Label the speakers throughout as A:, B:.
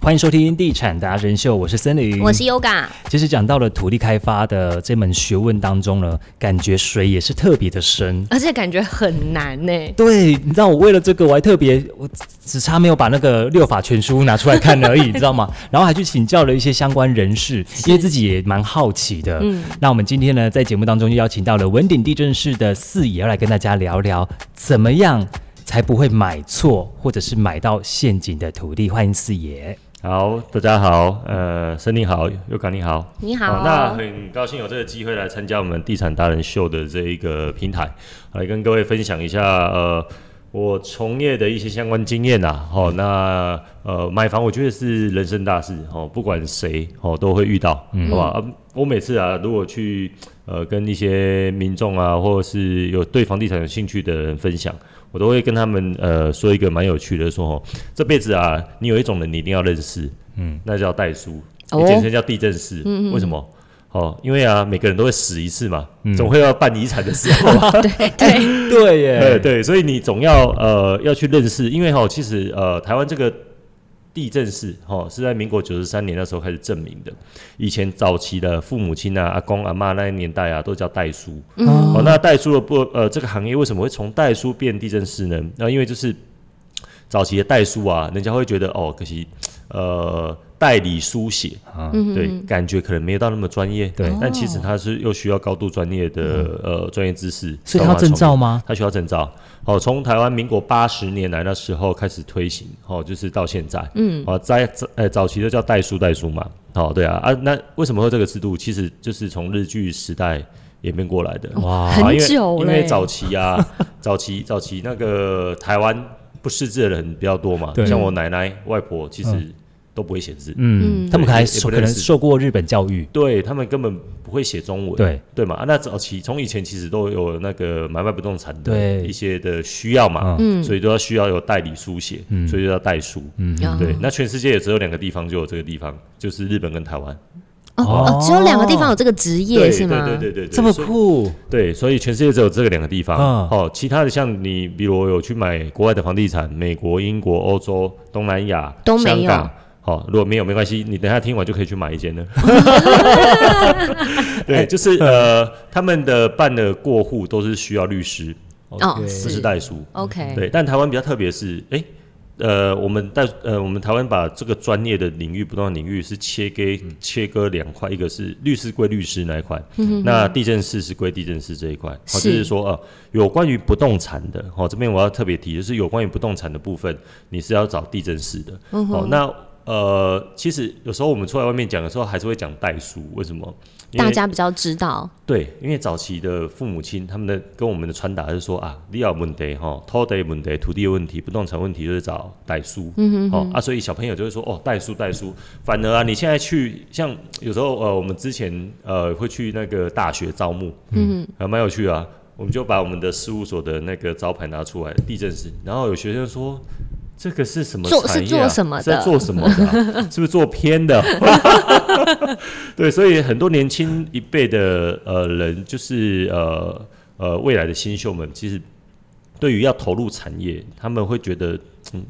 A: 欢迎收听《地产达人秀》，我是森林，
B: 我是 Yoga。
A: 其实讲到了土地开发的这门学问当中呢，感觉水也是特别的深。
B: 而且感觉很难呢、
A: 对，你知道我为了这个，我还特别，我只差没有把那个《六法全书》拿出来看 而已，你知道吗？然后还去请教了一些相关人士，因为自己也蛮好奇的。嗯，那我们今天呢，在节目当中就邀请到了文鼎地震室的四爷来跟大家聊聊，怎么样才不会买错或者是买到陷阱的土地？欢迎四爷。
C: 好，大家好，呃，森林好，优港你好，
B: 你好
C: 哦那很高兴有这个机会来参加我们地产达人秀的这一个平台，来跟各位分享一下呃我从业的一些相关经验呐、啊。哦，那呃买房我觉得是人生大事哦，不管谁哦都会遇到，
B: 嗯
C: 好吧、啊我每次啊，如果去呃跟一些民众啊，或者是有对房地产有兴趣的人分享，我都会跟他们呃说一个蛮有趣的，说哦，这辈子啊，你有一种人你一定要认识，嗯，那叫代书，
B: 哦
C: 也简称叫地震师，为什么？哦，因为啊，每个人都会死一次嘛，总会要办遗产的时候嘛，
B: 对 对，
A: 对
C: 对， 对，所以你总要呃要去认识，因为哈、其实呃台湾这个地震是哈、是在民国九十三年那时候开始证明的。以前早期的父母亲啊、阿公阿妈那些年代啊，都叫代书。哦，那代书的不呃这个行业为什么会从代书变地震师呢？那、因为就是早期的代书啊，人家会觉得哦，可惜呃代理书写，对，感觉可能没有到那么专业，
A: 啊对嗯
C: 但其实他是又需要高度专业的、呃专业知识，
A: 所以他要证照
C: 吗？
A: 吗？
C: 他需要证照。哦，从台湾民国八十年来那时候开始推行，哦，就是到现在，嗯，哦，在在呃早期就叫代书代书嘛，哦，对啊，啊，那为什么会这个制度？其实就是从日据时代演变过来的，
A: 哇
C: 啊
B: 很
C: 因为
B: 久
C: 因
B: 嘞
C: 为早期啊， 早期早期那个台湾不识字的人比较多嘛
A: 对，嗯
C: 像我奶奶、外婆其实都不会写字，
A: 嗯，他们可还
C: 也也不
A: 可能
C: 认识
A: 受过日本教育，
C: 对他们根本不会写中文，
A: 对
C: 对嘛？啊那早期从以前其实都有那个买卖不动产的
A: 对
C: 一些的需要嘛，嗯，所以都要需要有代理书写，所以就要代书，嗯，对。那全世界也只有两个地方就有这个地方，就是日本跟台湾，
B: 哦哦，只有两个地方有这个职业
C: 对
B: 是
C: 对
B: 吗？
C: 对对对，对
A: 这么，
C: 所以
A: 酷，
C: 对，所以全世界只有这个两个地方，
A: 嗯
C: 哦，其他的像你，比如我有去买国外的房地产，美国、英国、欧洲、东南亚
B: 都没有
C: 香港好、如果没有没关系，你等一下听完就可以去买 一间了。对，就是呃，他们的办的过户都是需要律师，
B: 哦
A: OK
C: 不是
B: 是
C: 代书。
B: OK，
C: 对，但台湾比较特别是，哎、呃，我们代呃，我们台湾把这个专业的领域、不同的领域是切割切割两块，一个是律师归律师那一块，那地震师是归地震师这一块。好，嗯就是是说呃，有关于不动产的，好、这边我要特别提，就是有关于不动产的部分，你是要找地震师的。好、那呃，其实有时候我们出来外面讲的时候，还是会讲代书，为什么？因为
B: 大家比较知道
C: 对，因为早期的父母亲他们的跟我们的传达是说啊，你要有问题哈，土地问题、土地的问题、不动产问题，就是找代书。嗯哦啊，所以小朋友就会说哦，代书代书。反而啊，你现在去像有时候呃，我们之前呃会去那个大学招募，嗯，还蛮有趣啊。我们就把我们的事务所的那个招牌拿出来，地震师，然后有学生说。这个是什么
B: 做
C: 产业啊、
B: 是做什么的
C: 是在做什么的啊、是不是做偏的？对，所以很多年轻一辈的呃人，就是呃呃未来的新秀们，其实对于要投入产业，他们会觉得，嗯，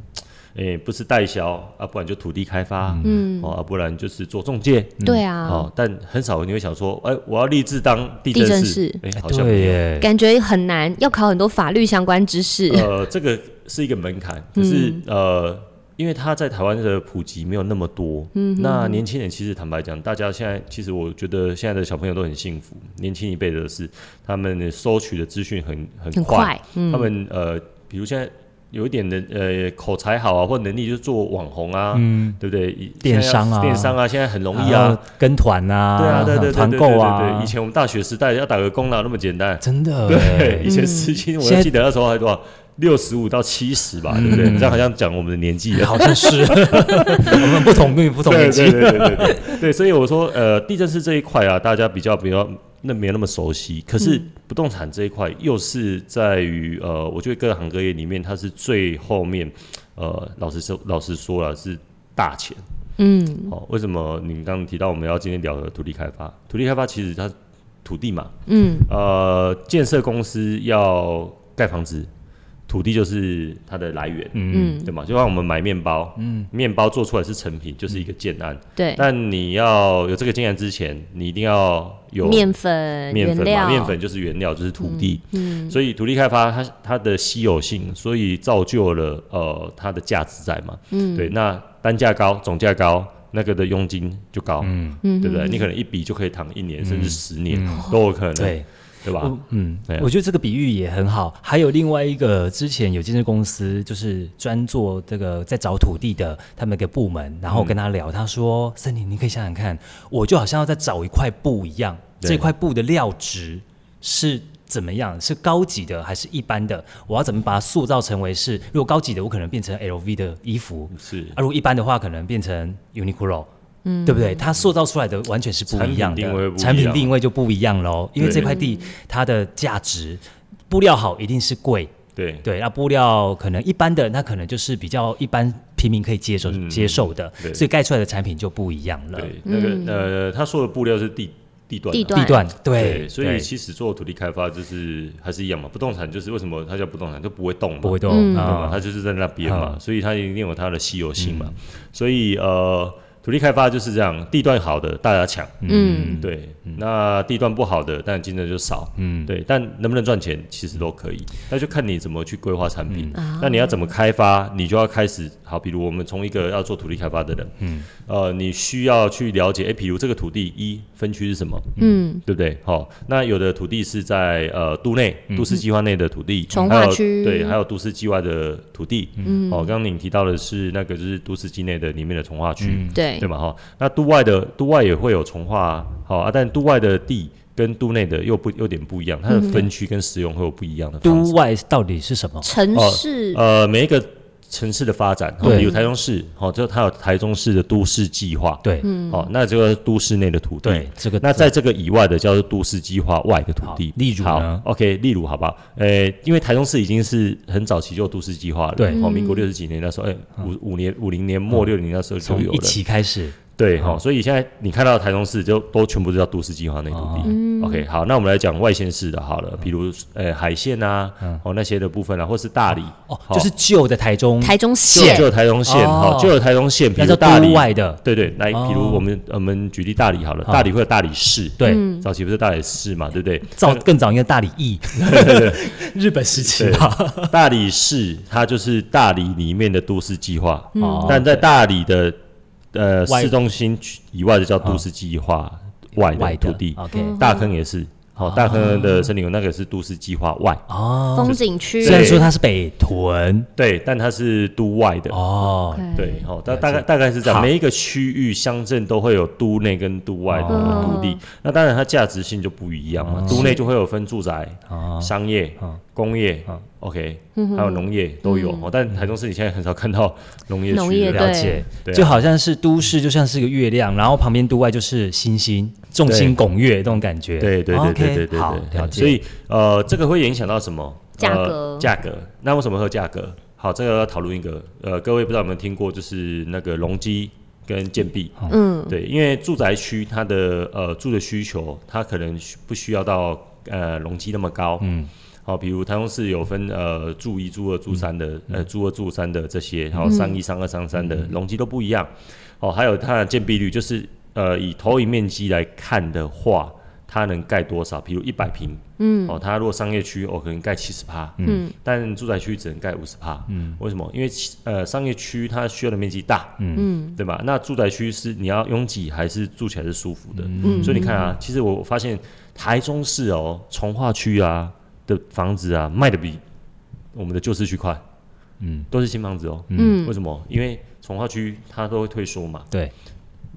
C: 诶、不是代销啊，不然就土地开发，嗯，哦，啊、不然就是做中介，
B: 对啊
C: 哦，但很少你会想说，哎、我要立志当地震
B: 地震
C: 师
B: 士，
C: 哎、好像
A: 对耶，
B: 感觉很难，要考很多法律相关知识。
C: 呃，这个是一个门槛，可是、呃，因为它在台湾的普及没有那么多，嗯，那年轻人其实坦白讲，大家现在其实我觉得现在的小朋友都很幸福，年轻一辈的是他们收取的资讯很很
B: 很快，嗯
C: 他们呃，比如现在。有一点能呃口才好啊，或能力就是做网红啊，嗯，对不对？以
A: 电商啊
C: 现在要电商啊，现在很容易
A: 然
C: 啊
A: 后，跟团啊，
C: 对啊，对对对对
A: 团
C: 对
A: 购
C: 对对
A: 啊
C: 对以，前我们大学时代要打个工哪有那么简单？
A: 真的
C: 对，
A: 耶，
C: 以前时薪我
A: 现在嗯
C: 还记得那时候还多少，六十五到七十吧，对不对？你这样好像讲我们的年纪了。
A: 好像是 我们不同不同年
C: 对
A: 纪，
C: 对对对对 对对，所以我说，呃，地震师这一块啊，大家比较比较那没有那么熟悉，可是
B: 嗯
C: 不动产这一块又是在于呃，我觉得各行各业里面它是最后面，呃，老实说，老实说了是大钱。
B: 嗯，
C: 哦，为什么你刚刚提到我们要今天聊的土地开发？土地开发其实它土地嘛，
B: 嗯，
C: 呃，建设公司要盖房子，土地就是它的来源，
B: 嗯，
C: 对吗？就像我们买面包，嗯，面包做出来是成品，就是一个建案。
B: 对，
C: 但你要有这个经验之前，你一定要有
B: 面粉、
C: 面
B: 原
C: 粉
B: 料、嗯
C: 嘛，面粉就是原料，就是土地。所以土地开发它它的稀有性，所以造就了呃它的价值在嘛。
B: 嗯
C: 对，那单价高，总价高。那个的佣金就高，
B: 嗯哦
C: 对不对？你可能一笔就可以躺一年，甚至十年都有可能，
A: 对。
C: 对吧？
A: 我嗯
C: 对，啊
A: 我觉得这个比喻也很好。还有另外一个，之前有建设公司就是专做这个在找土地的他们一个部门，然后跟
C: 嗯
A: 他聊，他说：“森林，你可以想想看，我就好像要在找一块布一样，
C: 对
A: 这块布的料质是。”怎么样？是高级的还是一般的？我要怎么把它塑造成为是？如果高级的，我可能变成 LV 的衣服；
C: 是
A: 啊，如果一般的话，可能变成 Uniqlo，嗯，对不对？它塑造出来的完全是不一样的，
C: 产品定位不一样
A: 产品定位就不一样喽。因为
C: 对
A: 这块地它的价值，布料好一定是贵，
C: 对
A: 对，那布料可能一般的，那可能就是比较一般平民可以接受、
C: 嗯
A: 接受的，
C: 对
A: 所以盖出来的产品就不一样了。
C: 对，那个呃，他说的布料是地地段啊，
B: 嗯地段
A: 地段对，
C: 对，所
A: 对
C: 以其实做土地开发就是还是一样嘛，不动产就是为什么它叫不动产，就不会动嘛，
A: 不会动
B: 嗯
C: 对吧？
A: 啊，
C: 它就是在那边嘛，
A: 嗯
C: 所以它一定有它的稀有性嘛。所以呃，土地开发就是这样，地段好的大家抢，
B: 嗯
C: 对，那地段不好的，但竞争就少，
A: 嗯，
C: 对，但能不能赚钱其实都可以，那就看你怎么去规划产品。
A: 嗯
B: 啊
C: 那你要怎么开发，你就要开始好，比如我们从一个要做土地开发的人，嗯，呃，你需要去了解，诶，哎比如这个土地一分区是什么，
B: 嗯，
C: 对不对？好、那有的土地是在呃都内、都市计划内的土地，
B: 从
C: 还
B: 化
C: 有
B: 区
C: 对，还有都市计划的土地。嗯，哦，刚刚你提到的是那个就是都市境内的里面的从化区，
B: 对
C: 对，嘛？哈、哦那都外的都外也会有从化啊，好、啊，但都外的地跟都内的又不有点不一样，它
B: 嗯
C: 的分区跟使用会有不一样的方式。
A: 都外到底是什么？
B: 城
C: 哦
B: 市
C: 呃，每一个城市的发展，哦、
A: 对
C: 比如台中市，哦，就它有台中市的都市计划，
A: 对
B: 嗯
C: 哦，那这个都市内的土地，
A: 对，这个
C: 那在这个以外的叫做都市计划外的土地
A: 好，例如呢
C: 好，OK，例如好不好？呃，因为台中市已经是很早期就有都市计划了，
A: 对嗯
C: 哦，民国六十几年那时候，哎，五五年五零年末六零那时候就
A: 从
C: 有
A: 一
C: 了，
A: 起嗯开始，
C: 对，好，所以现在你看到的台中市就都全部都叫都市计划内土
A: 哦嗯
C: 地，OK，好，那我们来讲外县市的好了，比如呃海线啊，哦那些的部分啊，或是大理，
A: 哦，
C: 好
A: 就是旧的台中，
B: 台中
C: 就
B: 县
C: 就有台中县，
A: 哦
C: 好，就有台中县，比
A: 那
C: 如
A: 叫
C: 大
A: 都
C: 理。
A: 外的，
C: 对对，来，
A: 哦
C: 比如我们呃我们举例大理好了，
A: 好
C: 大理会有大理市，
A: 对，
B: 嗯
C: 早期不是大理市嘛，对不对？
A: 嗯早更早应该大理义， 日本时期啊吧。
C: 大理市它就是大理里面的都市计划，
A: 哦
C: 嗯但在大理的呃
A: 外
C: 市中心区以外的叫都市计划外的土地。
A: ，OK，
B: 嗯
C: 大坑也是，好、大坑的森林游那个是都市计划外，
A: 哦，
B: 风景区
A: 虽然说它是北屯
C: 对，但它是都外的。
A: 哦，
B: OK
C: 对，好、大大概大概是这样，
A: 好
C: 每一个区域乡镇都会有都内跟都外的
B: 哦
C: 土地，那当然它价值性就不一样嘛。都内就会有分住宅、
A: 哦
C: 商业、
A: 哦
C: 工业、OK，还
B: 嗯
C: 有农业都有。哦，但台中市你现在很少看到农业
B: 农
C: 区
B: 业
C: 了
A: 了解，
C: 对啊
A: 就好像是都市，就像是个月亮，然后旁边都外就是星星，众星拱月那种感觉。哦
C: 对对对
A: OK，
C: 对对对
A: 好
C: 对
A: 了
C: 好，
A: 解。
C: 所以呃，这个会影响到什么？
B: 价
C: 呃
B: 格
C: 价格。那为什么会有价格？好，这个要讨论一个，呃，各位不知道有没有听过，就是那个容积跟建壁。
B: 嗯，
C: 对，因为住宅区它的呃住的需求，它可能需不需要到呃容积那么高。嗯。好，比如台中市有分呃住一、住二、住三的，呃住二、住三的这些，还有三一、三二、三三的容积都不一样。哦，还有它的建蔽率，就是呃以投影面积来看的话，它能盖多少？比如一百平，嗯，哦，它如果商业区，哦，可能盖七十趴，嗯，但住宅区只能盖五十趴，嗯，为什么？因为其呃商业区它需要的面积大，嗯，对吧？那住宅区是你要拥挤还是住起来是舒服的？嗯，所以你看啊，其实我发现台中市哦，从化区啊的房子啊卖的比我们的旧市区快，嗯，都是新房子哦，嗯，为什么？因为从化区它都会退缩嘛，
A: 对，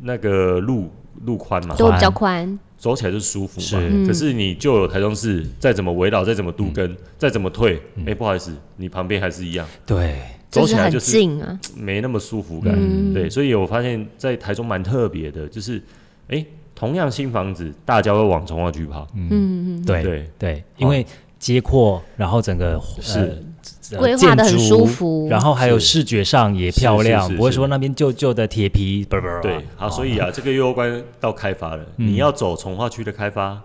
C: 那个路路宽嘛，
B: 都比较宽，
C: 走起来就是舒服嘛。
A: 是
C: 可是你就有台中市，再怎么围绕，再怎么都跟，再怎么退，哎、不好意思，你旁边还是一样，
A: 对，
C: 走
B: 就
C: 起
B: 是
C: 来
B: 很
C: 就是
B: 近啊，
C: 没那么舒服感。对，所以我发现在台中蛮特别的，就是哎、同样新房子，大家会往从化区跑。
B: 嗯，嗯
A: 对
C: 对
A: 对，因为街阔，然后整个
C: 是
A: 呃
B: 规划得很
A: 建筑
B: 舒服
A: 然后还有视觉上也漂
C: 是是
A: 亮，
C: 是
A: 不会
C: 是
A: 说那边旧旧的铁皮，不不不哦
C: 对，好，所以啊，这个又有关到开发了。你要走从化区的开发，哦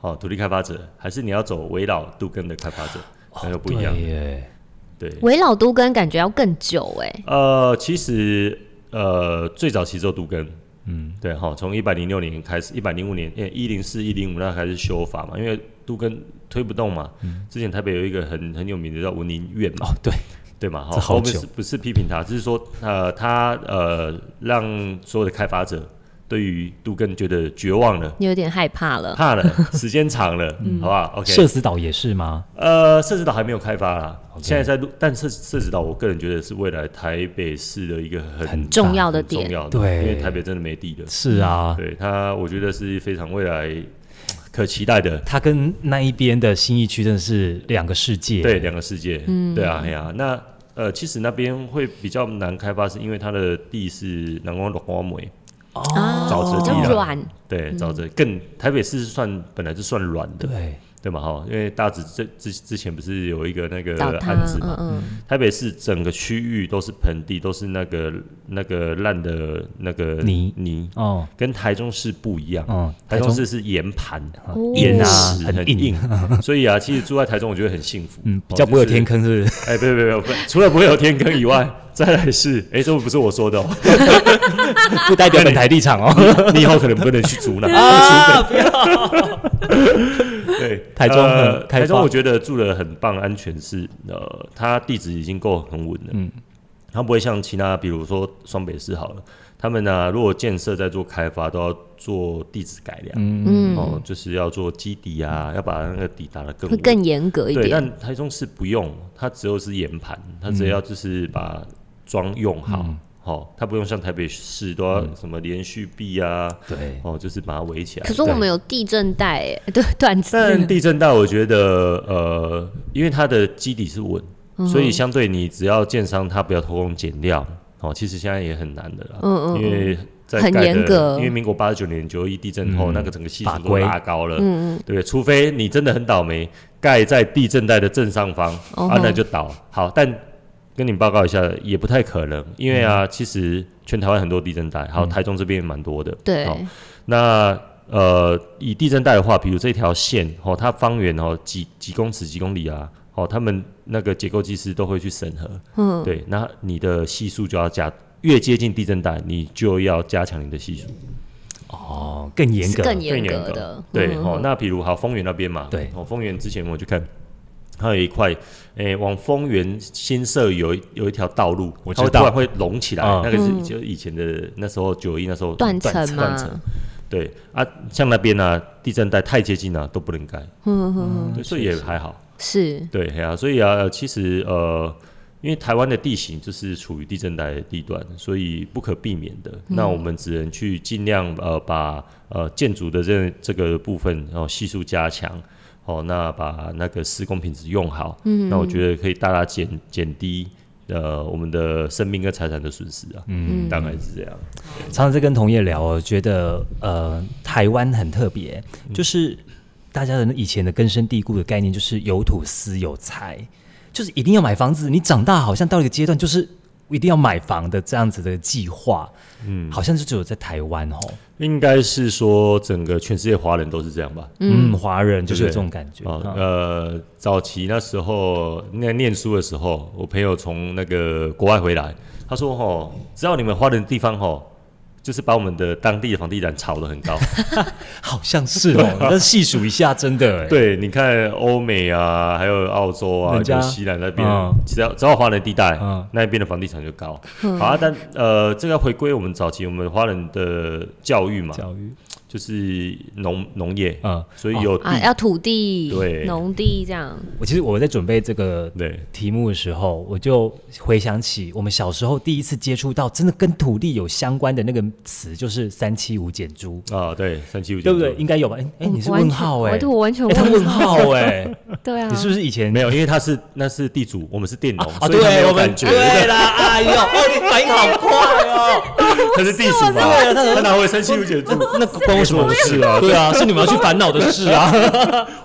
C: 好、土地开发者，还是你要走围绕都跟的开发者，那就不一样。
A: 对耶
C: 对，
B: 围老都跟感觉要更久哎、
C: 呃，其实呃，最早其实就都跟，嗯，对哈，从一百零六年开始，一百零五年，一零四、一零五那开始修法嘛，因为都跟推不动嘛。之前台北有一个很很有名的叫文林院
A: 嗯
C: 嘛，
A: 哦，对，
C: 对嘛，
A: 这
C: 哈，
A: 好
C: 我不
A: 久
C: 是不是批评他，只是说呃，他呃，让所有的开发者对于都跟觉得绝 望了。
B: 你有点害怕了。
C: 怕了，时间长了，
A: 嗯
C: 好不好？OK，
A: 社死岛也是吗？
C: 呃，社子岛还没有开发啦
A: OK
C: 现在在录，但社社子岛，我个人觉得是未来台北市的一个很
A: 很
B: 重要的
C: 很重
B: 点
C: 要的，
A: 对
C: 因为台北真的没地了。
A: 是啊，
C: 对它，我觉得是非常未来呃可期待的，
A: 它跟那一边的新义区真的是两个世界。
C: 对两个世界，嗯，对啊，哎呀、那呃，其实那边会比较难开发，是因为它的地是南光龙花梅，
B: 啊
C: 沼泽
B: 比较
C: 地啦
B: 软，
C: 对，沼泽更台北市是算本来就算软的，
A: 对，
C: 对嘛哈，因为大直之之之前不是有一个那个
B: 倒塌
C: 案子，嘛，
B: 嗯嗯，
C: 台北市整个区域都是盆地，都是那个那个烂的那个
A: 泥
C: 泥，
A: 哦，
C: 跟台中市不一样。
A: 嗯，
C: 台中市是岩盘，
B: 哦
A: 硬
C: 哦岩
A: 啊
C: 石
A: 很
C: 很
A: 硬
C: 硬， 所以啊，其实住在台中我觉得很幸福，
A: 嗯，比
C: 哦
A: 较不会有天。
C: 就是
A: 坑，是不是？
C: 哎，不不不不，除了不会有天坑以外，再来是，哎，这不是我说的哦，
A: 不代表本台立场哦。
C: 你以后可能不能去租那。
A: 啊，
C: 嗯
A: 不要
C: 对，
A: 台中很
C: 呃，
A: 开
C: 台中
A: 放
C: 我觉得住的很棒，安全是呃，它地址已经够很稳了，
A: 嗯
C: 嗯，它不会像其他，比如说双北市好了，他们呢、啊如果建设在做开发，都要做地址改良，
B: 嗯
C: 哦，就是要做基底啊，要把那个底打得更
B: 会
C: 稳
B: 更严格一
C: 对，
B: 点。
C: 但台中市不用，它只有是岩盘，它只
A: 嗯
C: 要就是把桩用好。哦，它不用像台北市都要
A: 嗯
C: 什么连续壁啊，
A: 对，
C: 哦，就是把它围起来。
B: 可是我们有地震带哎、 对，断子
C: 但地震带，我觉得呃，因为它的基底是稳，
B: 嗯
C: 所以相对你只要建商它不要偷工减料，哦，其实现在也很难的啦，
B: 嗯嗯
C: 因为在
B: 很
C: 盖的
B: 严格
C: 因为民国八十九年九一地震
A: 嗯
C: 后，那个整个系
A: 法
C: 统都
A: 规
C: 拉高了，嗯嗯，对，除非你真的很倒霉，盖在地震带的正上方，
B: 哦
C: 啊，那就倒。好，但跟你们报告一下，也不太可能，因为啊，其实全台湾很多地震带，
A: 嗯
C: 还有台中这边也蛮多的，
B: 对
C: 好那呃，以地震带的话，比如这条线哦，它方圆哦几几公尺、几公里啊，哦，他们那个结构技师都会去审核。嗯，对，那你的系数就要加，越接近地震带，你就要加强你的系数，
A: 哦，更严
B: 是
A: 格，
B: 更
C: 更
B: 严
C: 严
B: 格
C: 格
B: 的。
C: 对，
B: 嗯
C: 哦，那比如好丰原那边嘛，
A: 对
C: 哦，丰原之前我去看。它有一块，诶、往丰原新社有一有一条道路，
A: 我
C: 它
A: 知
C: 会突
A: 道
C: 然会隆起来，
A: 嗯
C: 那个是就以前的那时候九一那时候
B: 断层
C: 断层
B: 嘛，
C: 对啊，像那边呢、啊，地震带太接近了、都不能盖，
B: 嗯嗯，
C: 对所以也还好。
B: 是
C: 对，嘿啊，所以啊，呃其实呃，因为台湾的地形就是处于地震带的地段，所以不可避免的。那我们只能去尽量呃把呃建筑的这这个部分然后系数加强。哦，那把那个施工品质用好，嗯，那我觉得可以大大减减低呃我们的生命跟财产的损失啊，嗯，大概是这样，
A: 常常在跟同业聊，我觉得呃，台湾很特别，
C: 嗯
A: 就是大家的以前的根深蒂固的概念，就是有土司有财，就是一定要买房子。你长大好像到了一个阶段，就是一定要买房的这样子的计划，嗯，好像就只有在台湾哦，
C: 应该是说整个全世界华人都是这样吧，
A: 嗯，华人就是有这种感觉，
C: 哦，
A: 嗯
C: 呃，早期那时候那念书的时候，我朋友从那个国外回来，他说：“哦，只要你们花的地方，哦，就是把我们的当地的房地产炒得很 高。
A: 好像是 哦。但细数一下，真的哎，
C: 对，你看欧美啊，还有澳洲啊、
A: 人家
C: 纽西兰那边，
A: 嗯
C: 只要只要华人地带，
A: 嗯
C: 那一边的房地产就高。
B: 嗯
C: 好啊，但呃，这个要回归我们早期我们华人的教育嘛，
A: 教育，
C: 就是农农业，
A: 嗯，
C: 所以有地、
B: 啊，要土地、
C: 对
B: 农地这样。
A: 我其实我在准备这个
C: 对。”
A: 题目的时候，我就回想起我们小时候第一次接触到真的跟土地有相关的那个词，就是三七五减租，
C: 啊，对，三七五
A: 对不对？应该有吧？哎、哎
B: 我
A: 你是
B: 完
A: 问
B: 全
A: 号哎、
B: 我对我完全
A: 哎他问号哎、
B: 对啊，
A: 你是不是以前
C: 没有，因为他是那是地主，我们是佃农，
A: 啊？
C: 所以他没
A: 对，
C: 有
A: 我们
C: 感觉
A: 对啦，哎呦，哦，你反应好快哦！
C: 他是地主嘛，
A: 对啊他
C: 他哪会生气不解住？
A: 那那关我什么
C: 没
A: 事
C: 有没有
A: 对啊，是你们要去烦恼的事啊！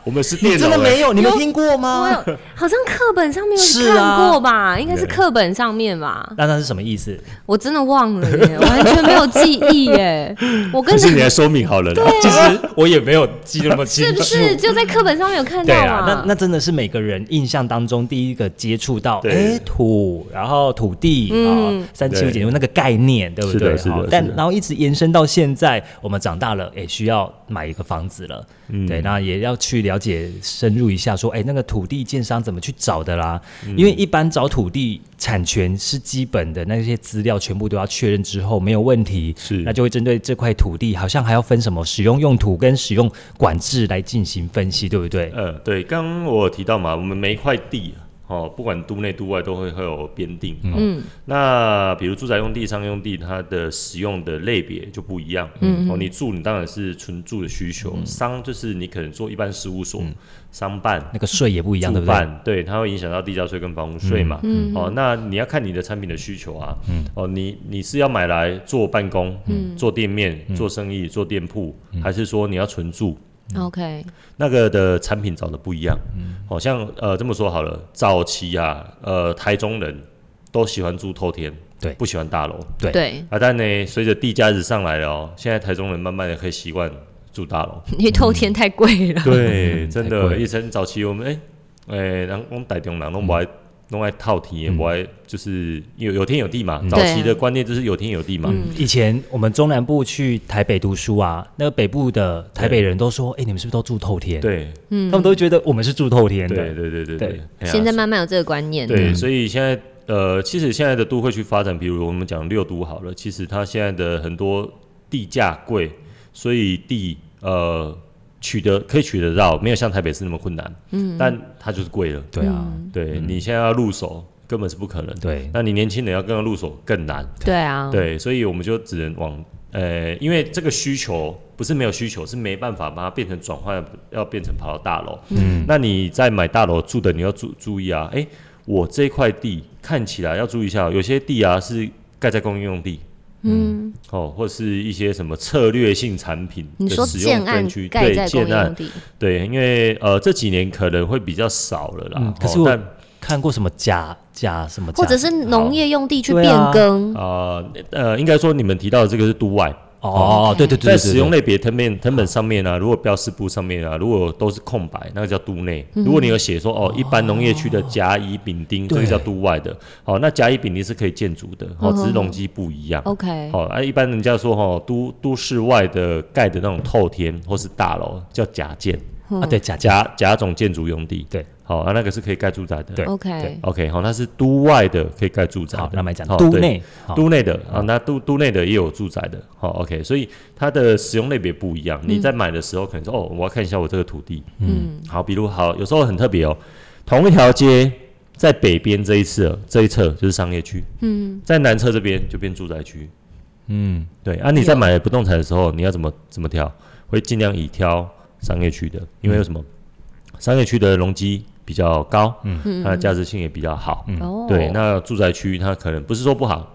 C: 我们是 电
A: 你
C: 脑
A: 真的
C: 欸
A: 没有，你们
B: 有
A: 听过
B: 我
A: 吗？
B: 有好像课本上面
A: 是
B: 有
A: 啊
B: 看过吧，应该是
C: 对
B: 课本上面吧，
A: 那那是什么意思？
B: 我真的忘了耶， 完全没有记忆 耶。我跟
C: 可
B: 你
C: 是你来说明好了啦。
A: 其实我也没有记那么清
B: 是
A: 楚
B: 不。是就在课本上面有看
A: 对
B: 到
A: 啊，那
B: 嘛？
A: 那真的是每个人印象当中第一个接触到，
C: 对
A: 哎，土，然后土地啊、
B: 嗯
A: 三七五
C: 对
A: 减六那个概念，对不
C: 是的
A: 对？
C: 是的
A: 好
C: 是的
A: 但然后一直延伸到现在，我们长大了，哎，需要买一个房子了，
C: 嗯
A: 对，那也要去了解深入一下，说，哎，那个土地建商怎么去找的啦？
C: 嗯
A: 因为一般找土地产权是基本的，那些资料全部都要确认之后没有问题，
C: 是
A: 那就会针对这块土地，好像还要分什么使用用途跟使用管制来进行分析，对不对？
C: 呃，对，刚刚我有提到嘛，我们每一块地哦，不管都内都外都会会有编定。嗯，那比如住宅用地、商用地，它的使用的类别就不一样。嗯，哦，你住你当然是纯住的需求，商就是你可能做一般事务所、商办。
A: 那个税也不一样，
C: 住
A: 对不嗯对？
C: 办对，它会影响到地价税跟房屋税嘛。哦，那你要看你的产品的需求啊。
A: 嗯
C: 哦，你你是要买来做办公、做店面、
A: 嗯
C: 做生意、做店铺，还是说你要纯住？
B: OK，
C: 那个的产品找的不一样，
A: 嗯
C: 好、像呃这么说好了，早期啊，呃台中人都喜欢住透天，
A: 对
C: 不喜欢大楼
A: 对
B: 对，
C: 啊，但呢随着地价一直上来了哦，现在台中人慢慢的可以习惯住大楼，
B: 因为偷天太贵 了。
C: 对，
A: 嗯
C: 真
A: 太
C: 的，
A: 贵
C: 以前早期我们哎哎、人我们台中人都不爱弄爱套题，也不爱就是有有天有地嘛，早期
B: 对
C: 的
B: 啊
C: 观念就是有天有地嘛，
A: 嗯
B: 嗯
A: 以前我们中南部去台北读书啊，那个北部的台北人都说：“哎、你们是不是都住透天？”，
C: 对
B: 嗯
A: 他们都觉得我们是住透天
C: 对
A: 的。
C: 对对对
A: 对
C: 对，哎呀
B: 现在慢慢有这个观念，
C: 对，所以现在呃，其实现在的都会区发展，比如我们讲六都好了，其实它现在的很多地价贵，所以地呃取得可以取得到，没有像台北市那么困难，嗯，但它就是贵了。
A: 对啊，
B: 嗯
C: 对、你现在要入手根本是不可能，
A: 对嗯
C: 那你年轻人要跟着入手更难，
B: 对啊，
C: 对，所以我们就只能往呃，因为这个需求不是没有需求，是没办法把它变成转换，要变成跑到大楼。嗯，那你在买大楼住的，你要注注意啊，诶，我这块地看起来要注意一下哦，有些地啊是盖在公用用地。嗯，哦，或是一些什么策略性产品
B: 你
C: 的
B: 说
C: 使
B: 建
C: 用
B: 案
C: 分区，
B: 盖
C: 对
B: 在公
C: 建案
B: 用，地，
C: 对，因为呃这几年可能会比较少了啦。
A: 嗯可是
C: 哦
A: 我
C: 但
A: 看过什么甲甲什么甲，
B: 或者是农业用地去
A: 对
B: 变
A: 啊
B: 更，
C: 呃呃，应该说你们提到的这个是都外，
A: 哦，对对对
C: 在
A: 对
C: 使用类别藤本藤本上面啊，如果标示部上面啊，如果都是空白，那个叫都内。
A: 嗯
C: 如果你有写说哦，一般农业区的甲乙丙丁，这
A: 对嗯
C: 个叫都外的。好，那甲乙丙丁是可以建筑的，哦，只是容积不一样。
B: OK，
C: 好，啊，一般人家说哦，都都市外的盖的那种透天或是大楼叫甲建，
B: 嗯
A: 啊，对甲甲
C: 甲甲种建筑用地。
A: 对，
C: 好，啊，那个是可以盖住宅的。
A: 对
B: OK，
C: OK，好，那是都外的可以盖住宅的。
A: 好，那
C: 那
A: 我们来讲
C: 好
A: 都
C: 对
A: 内，好
C: 都内的啊，那都都内的也有住宅的，好、o k 所以它的使用类别不一样。你在买的时候可能说，哦，我要看一下我这个土地，嗯，好，比如好，有时候很特别哦，同一条街在北边这一侧，这一侧就是商业区，嗯，在南侧这边就变住宅区，嗯，对啊，你在买不动产的时候，你要怎么怎么挑，会尽量以挑商业区的，因为有什么、商业区的容积比较高，嗯，它的价值性也比较好，
B: 哦，
C: 嗯对，那住宅区它可能不是说不好，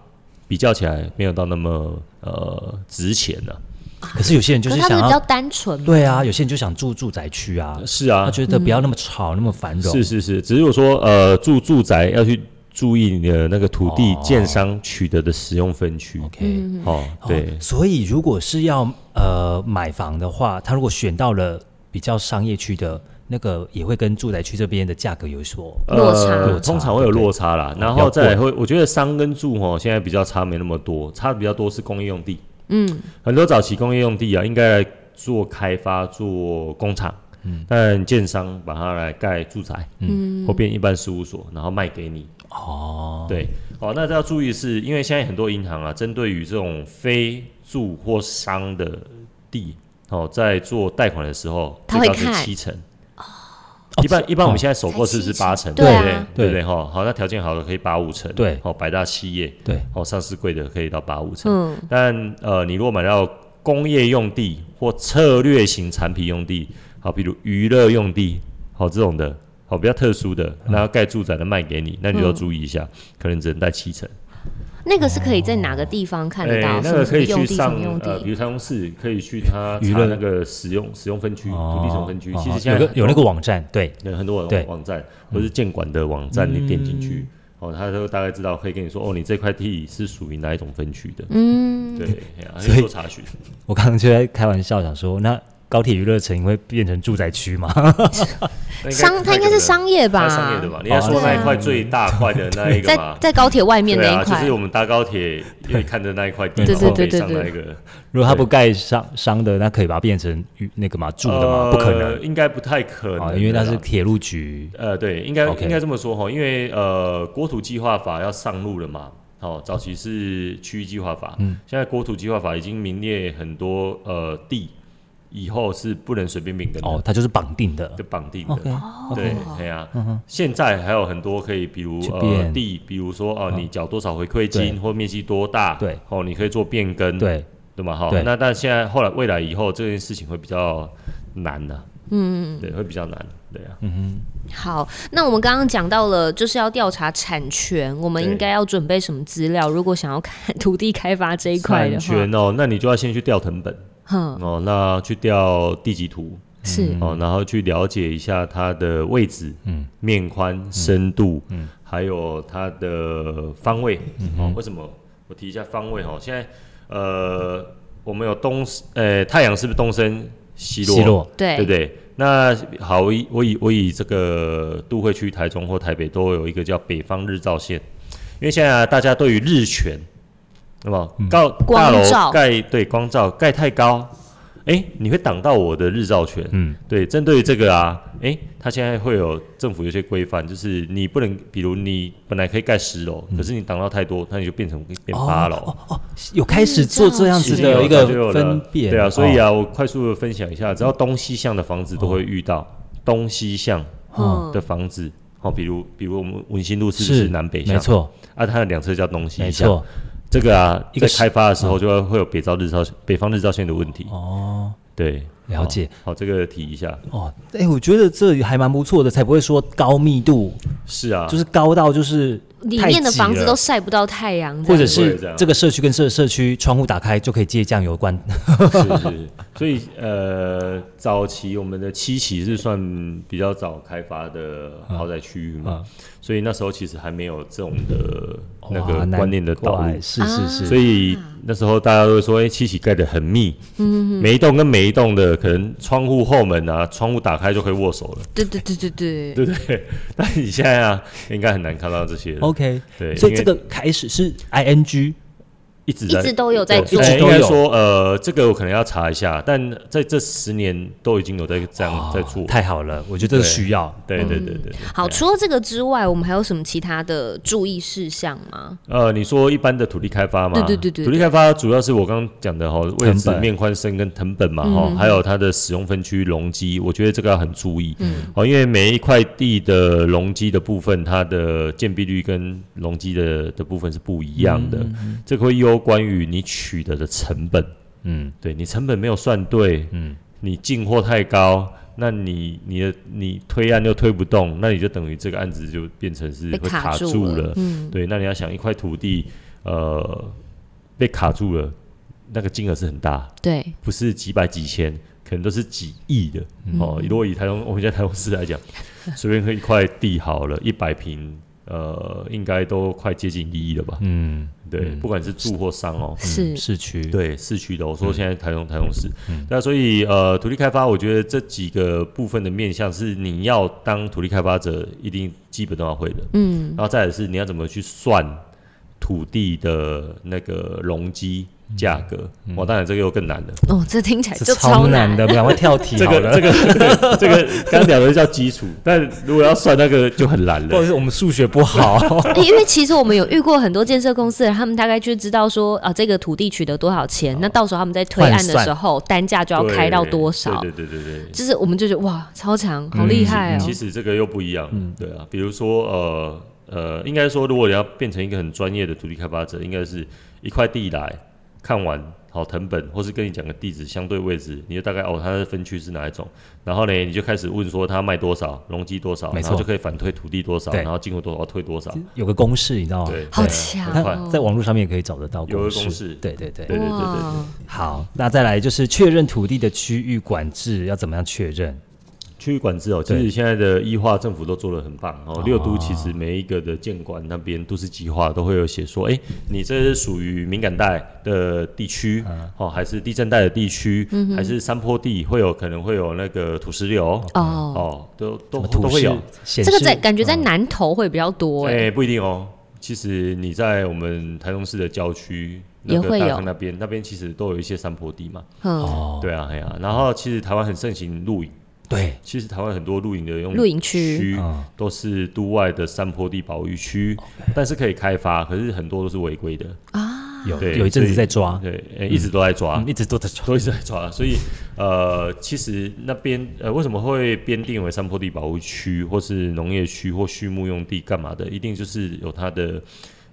C: 比较起来没有到那么呃值钱呢、
A: 可是有些人就
B: 可
A: 是
B: 是他
A: 想
B: 们比较
A: 要，
B: 单纯嘛，
A: 对啊，有些人就想住住宅区啊，
C: 是啊
A: 他，觉得不
B: 嗯
A: 要那么吵，那么繁荣。
C: 是是是，只是说呃住住宅要去注意你的那个土地
A: 哦
C: 建商取得的使用分区。
A: OK，
B: 嗯
C: 哦，对
A: 哦，所以如果是要呃买房的话，他如果选到了比较商业区的那个，也会跟住宅区这边的价格有所
B: 落差
C: 呃，通常会有落差啦，然后
A: 比较贵
C: 再来会，我觉得商跟住哦，现在比较差没那么多，差比较多是工业用地。
B: 嗯，
C: 很多早期工业用地啊，应该来做开发、做工厂，嗯，但建商把它来盖住宅，嗯，或变一般事务所，然后卖给你。
A: 哦，
C: 对，好、那要注意是，因为现在很多银行啊，针对于这种非住或商的地，哦，在做贷款的时候，
B: 他
C: 最
B: 会
C: 高是
B: 看
C: 七成。
A: 哦
C: 一般一般我们现在首购是不是
B: 才
C: 八成？
B: 七成
C: 不
B: 对
C: 对
B: 啊？
C: 对不对？哈，好，那条件好的可以八五成，
A: 对
C: 哦，百大企业，
A: 对，
C: 哦，上市贵的可以到八五成，
B: 嗯，
C: 但呃，你如果买到工业用地或策略型产品用地，好，比如娱乐用地，好这种的，
B: 嗯
C: 好比较特殊的，然后盖住宅的卖给你，那你就要注意一下，可能只能贷七成。
B: 那个是可以在哪个地方看得到？
C: 哎那个
B: 什么
C: 可以
B: 用
C: 去
B: 地什
C: 上
B: 么用
C: 呃，比
B: 地？
C: 如商用市可以去它
A: 娱
C: 查
A: 乐
C: 那个使用使用分区、
A: 哦
C: 土地使用分区。其
A: 哦
C: 实现在
A: 有个有那个网站，对，
C: 有很多
A: 对
C: 网网站或是建管的网站，你点进
B: 嗯
C: 去。哦，他都大概知道，可以跟你说，哦，你这块地是属于哪一种分区的，
B: 嗯，
C: 对，嘿啊可以做查询。
A: 我刚刚就在开玩笑想说，那高铁娱乐城会变成住宅区吗？
C: 那
B: 商
C: 不太
B: 它应该
C: 可
B: 是
C: 能
B: 商业吧？哦
C: 它商业的吧？你要说那一块最大块的那一个
B: 在
C: 嘛，
B: 在高铁外面
C: 对
B: 那
C: 啊，
B: 一
C: 就
B: 块
C: 是，我们搭高铁会看着那一块地，
B: 对
C: 然
B: 对
C: 后可
B: 对
C: 以
B: 对
C: 上
B: 对
C: 那一个
A: 如果他不盖商商的，那可以把它变成娱那个嘛住的嘛？不可
C: 呃
A: 能
C: 应该不太可能
A: 啊，
C: 啦，
A: 因为那是铁路局
C: 呃，对，应该
A: OK
C: 应该这么说哈，因为呃，国土计划法要上路了嘛。哦，早期是区域计划法，
A: 嗯
C: 现在国土计划法已经明列很多呃地，以后是不能随便变更的，
A: 哦，它就是绑定的
C: 就。绑定的。
A: 哦 OK，
C: 对，对啊，现在还有很多可以，比如
A: 嗯去
C: 呃
A: 变
C: 地，比如说哦，
A: 嗯
C: 你缴多少回馈
A: 对
C: 金或面积多大，
A: 对，
C: 哦，你可以做变更，
A: 对，
C: 对嘛，好
A: 对，
C: 那但现在后来未来以后这件事情会比较难的，
B: 嗯，
C: 对，会比较难，对啊，
A: 嗯
B: 好。那我们刚刚讲到了，就是要调查产权，我们
C: 对
B: 应该要准备什么资料？如果想要看 土地开发这一块
C: 产
B: 的话，
C: 权哦，那你就要先去调成本
B: 哼，
C: 哦，那去调地籍图
B: 是
C: 哦，然后去了解一下它的位置、
A: 嗯
C: 面宽、深度，还有它的方位
A: 嗯
C: 哦。为什么？我提一下方位哦，现在呃，我们有东，呃，太阳是不是东升西
A: 哼，西落
B: 对
C: 对不对？那好，我以我以我以这个都会区台中或台北都有一个叫北方日照线，因为现在、大家对于日全，那么高
B: 光
C: 大楼
B: 照
C: 盖对光照盖太高，哎，你会挡到我的日照权。
A: 嗯，
C: 对，针对于这个啊，哎，它现在会有政府有些规范，就是你不能，比如你本来可以盖十楼，可是你挡到太多，那你就变成变八楼。
A: 有开始做嗯这样子
C: 已经有
A: 的一
C: 早就
A: 个
C: 有了
A: 分辨，
C: 对啊，所以
A: 啊，
C: 啊，我快速的分享一下，只要东西向的房子都会遇
A: 哦
C: 到东西向
B: 嗯
C: 的房子，好、比如比如我们文心路是不
A: 是
C: 是南北向？
A: 没，错，
C: 啊，它的两侧叫东西
A: 没
C: 向。
A: 错，
C: 这个啊，
A: 一个
C: 在
A: 是嗯
C: 开发的时候就会会有北照日照北方日照线的问题。哦，对，
A: 了解
C: 好。好，这个提一下。
A: 哦，哎，我觉得这还蛮不错的，才不会说高密度，
C: 是啊，
A: 就是高到就是
B: 里
A: 太
B: 面的
A: 挤
B: 房子
A: 了
B: 都晒不到太阳这样，
A: 或者
C: 不
A: 是
C: 会这样
A: 这个社区跟社社区窗户打开就可以接酱油罐，
C: 是是是，所以呃，早期我们的七期是算比较早开发的豪宅区域嘛，所以那时候其实还没有这种的那
A: 啊哇
C: 个观念的导
A: 难
C: 入
A: 怪，是是是，
C: 所以那时候大家都会说，哎、七期盖得很密，
B: 嗯
C: 每一栋跟每一栋的可能窗户后门啊，窗户打开就可以握手了，
B: 对对对对对，
C: 对不对？但你现在啊，应该很难看到这些了
A: OK，
C: 对
A: 哦所以
C: 因
A: 这
C: 为
A: 个开始是 ING
C: 一直
B: 一
C: 在
B: 直都有在
A: 对
B: 做
A: 一直
C: 哎
A: 都
C: 应该
A: 有
C: 说，呃，这个我可能要查一下，但在这十年都已经有在这样、在做，
A: 啊太好了，我觉得这个
C: 对
A: 需要。
C: 对
B: 嗯
C: 对对对。
B: 好，
C: 对
B: 除了这个之外，我们还有什么其他的注意事项吗？
C: 呃，你说一般的土地开发嘛，
B: 对对对对
C: 土地开发主要是我刚刚讲的哈，位
A: 成
C: 置、
A: 本
C: 面宽、深跟藤本
B: 嗯
C: 嘛哈，还有它的使用分区容积，我觉得这个要很注意，
B: 嗯
C: 哦，因为每一块地的容积的部分，它的建蔽率跟容积的的部分是不一样
B: 嗯
C: 的，这个会攸关于你取得的成本，
A: 嗯
C: 对你成本没有算对，
A: 嗯，
C: 你进货太高。那你你的你推案又推不动，那你就等于这个案子就变成是
B: 被
C: 会卡
B: 住
C: 住
B: 了
C: 了，，
B: 嗯，
C: 对，那你要想一块土地，呃，被卡住了，那个金额是很大，
B: 对，
C: 不是几百几千，可能都是几亿的、
A: 嗯
C: 哦。如果以台中，我们在台中市来讲，随便一块地好了，一百平，呃，应该都快接近一亿了吧？
A: 嗯，
C: 对，不管是住或商哦，
B: 是
A: 市区
C: 对市区的，我
A: 嗯
C: 说现在台中、台中市，那所以呃，土地开发，我觉得这几个部分的面向是你要当土地开发者，一定基本都要会的，嗯，然后再来是你要怎么去算土地的那个容积价格，
A: 嗯
C: 哇，当然这个又更难了，
B: 哦，这听起来
A: 这
B: 就
A: 超
B: 难
A: 难的，赶快跳题
C: 这
A: 嗯好
C: 个
A: 了。
C: 这个 对这个刚聊的叫基础，但如果要算那个就很难
A: 不好
C: 了
A: 意，思，我们数学不好。
B: 欸 因为其实我们有遇过很多建设公司的人，他们大概就知道说啊，这个土地取得多少钱，那到时候他们在推案的时候，单价就要
C: 哦对
B: 开到多少，
C: 对对对对对。嗯
B: 就是我们就觉得哇，超强，好厉
A: 嗯
B: 害哦、
C: 其实这个又不一样，对啊，比如说呃呃，应该说如果你要变成一个很专业的土地开发者，应该是一块地来看完，好藤本，或是跟你讲个地址、相对位置，你就大概哦，它的分区是哪一种，然后呢，你就开始问说它卖多少，容积多少，
A: 没
C: 然
A: 错
C: 后就可以反推土地多少，
A: 对
C: 然后进口多少，退多少，
A: 有个公式，你知道吗？
C: 对，
B: 好
C: 对啊
B: 强
C: 很快
B: 哦
A: 在网络上面也可以找得到
C: 有个
A: 式。
C: 公式
A: 对对对。
C: 对对对对
B: 哇
A: 好，那再来就是确认土地的区域管制要怎么样确认？
C: 区域管制哦，其
A: 对
C: 实现在的医化政府都做得很棒哦
A: 哦。
C: 六都其实每一个的建管那边都是计划都会有写说，哎、你这是属于敏感带的地区、
A: 嗯
C: 哦，还是地震带的地区，
B: 嗯
C: 还是山坡地，会有可能会有那个土石流
B: 哦，
C: 哦，嗯都
A: 什
C: 都
A: 么
C: 都
A: 图
C: 会
A: 示
C: 有。
A: 显示？
B: 这个在感觉在南投会比较多
C: 哎、
B: 哎，
C: 不一定哦。其实你在我们台中市的郊区，
B: 也
C: 那
B: 会
C: 个
B: 有
C: 大坑那边，那边其实都有一些山坡地嘛。
B: 嗯，
A: 哦，
C: 对啊，哎呀、然后其实台湾很盛行露营，
A: 对，
C: 其实台湾很多露营的用
B: 露营区
A: 嗯
C: 都是都外的山坡地保育区，但是可以开发，可是很多都是违规的。
A: 嗯有
C: 对
A: 有一阵子
C: 所以
A: 在抓，
C: 对，哎一直都在抓。
A: 嗯一直都在抓。
C: 都一直在抓，所以呃，其实那边呃，为什么会编定为山坡地保护区，或是农业区或畜牧用地干嘛的？一定就是有它的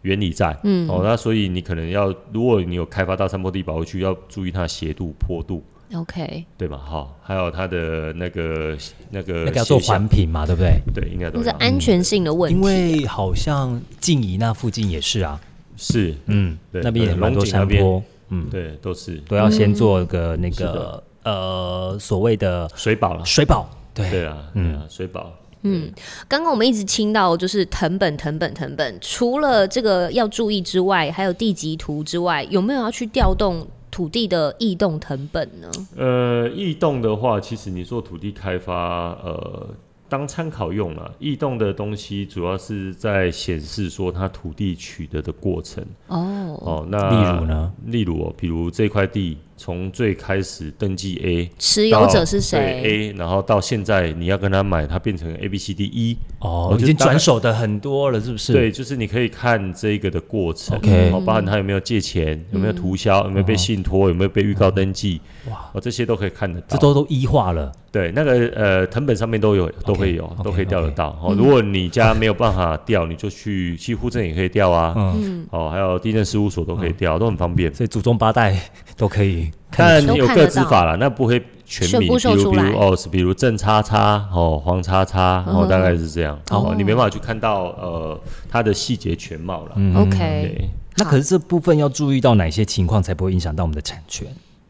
C: 原理在，嗯，哦，那所以你可能要，如果你有开发到山坡地保护区，要注意它的斜度、坡度，
B: OK，
C: 对吧？好、还有它的那个那个
A: 那个要做
C: 现象
A: 环评嘛，对不对？
C: 对，应该都
B: 那是
C: 要
B: 安全性的问
A: 因
B: 题。
A: 为好像静怡那附近也是啊，
C: 是，
A: 嗯，
C: 对
A: 那边也
C: 呃
A: 蛮多
C: 龙井
A: 山
C: 那边
A: 坡，嗯，
C: 对，都是
A: 都要先做个那
C: 是
A: 个
C: 的
A: 呃所谓的呃
C: 水保了，
A: 水保，
C: 对
A: 对，
C: 啊，对啊，水保，
B: 嗯，刚刚我们一直听到就是藤本、藤本、藤本，除了这个要注意之外，还有地籍图之外，有没有要去调动土地的异动藤本呢？
C: 呃，异动的话，其实你做土地开发，呃，当参考用啦。异动的东西主要是在显示说它土地取得的过程。
B: 哦，
C: 哦，那
A: 例如呢？
C: 例如、哦，比如这块地从最开始登记 A，
B: 持
C: 持
B: 有者是谁？
C: ？A，然后到现在你要跟他买，它变成 A、B、C、D、E。
A: 哦
C: 我，
A: 已
C: 就
A: 经
C: 大概
A: 转手的很多了，是不是？
C: 对，就是你可以看这个的过程
A: OK 嗯哦
C: 哦，包含他有没有借钱，有没有涂销，有没有被信托，有没有被预告登记，
A: 哇，
C: 哦，这些都可以看得到。
A: 这都都医化了，
C: 对，那个呃，藤本上面都有，都会有
A: OK，
C: 都可以
A: OK，嗯
C: 调得到。哦，如果你家没有办法调，你就去去户政也可以调啊。
A: 嗯，
C: 哦，还有地震事务所都可以调，都很方便。
A: 所以祖宗八代 都可以
C: 当
A: 看得
C: 然
A: 出。
B: 都
C: 有
B: 看
C: 各
B: 得
C: 自
B: 到
C: 法了，那不会全
B: 全
C: 民，
B: 部
C: 比
B: 秀
C: 如
B: 出
C: 比
B: 来
C: 如哦，是比如郑叉叉哦，黄叉叉
B: 嗯
C: 哦，大概是这样。哦，你没办法去看到呃它的细节全貌
A: 嗯
C: 了。
B: OK，
C: 对，
A: 那可是这部分要注意到哪些情况才不会影响到我们的产权？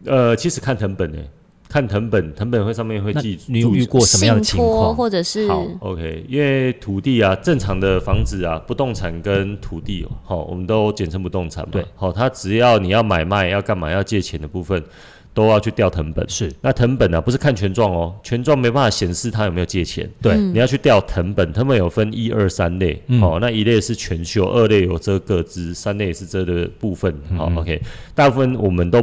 C: 呃，其实看藤本诶，看藤本，藤本会上面会
A: 那
C: 记
A: 你有
C: 住
A: 遇过什么样的情
B: 信托
A: 况？
B: 或者是
C: 好，OK，因嗯为土地啊，正常的房子啊，不动产跟土地，哦好、我们都简称不动产嘛。
A: 对
C: 好、它只要你要买卖、要干嘛、要借钱的部分，都要去调藤本。
A: 是
C: 那藤本啊，不是看权状哦，权状没办法显示他有没有借钱。
A: 对
C: 你要去调藤本，藤本有分一二三类，哦，那一类是全秀，二类有遮各支，三类是遮的部分。好、o k 大部分我们都，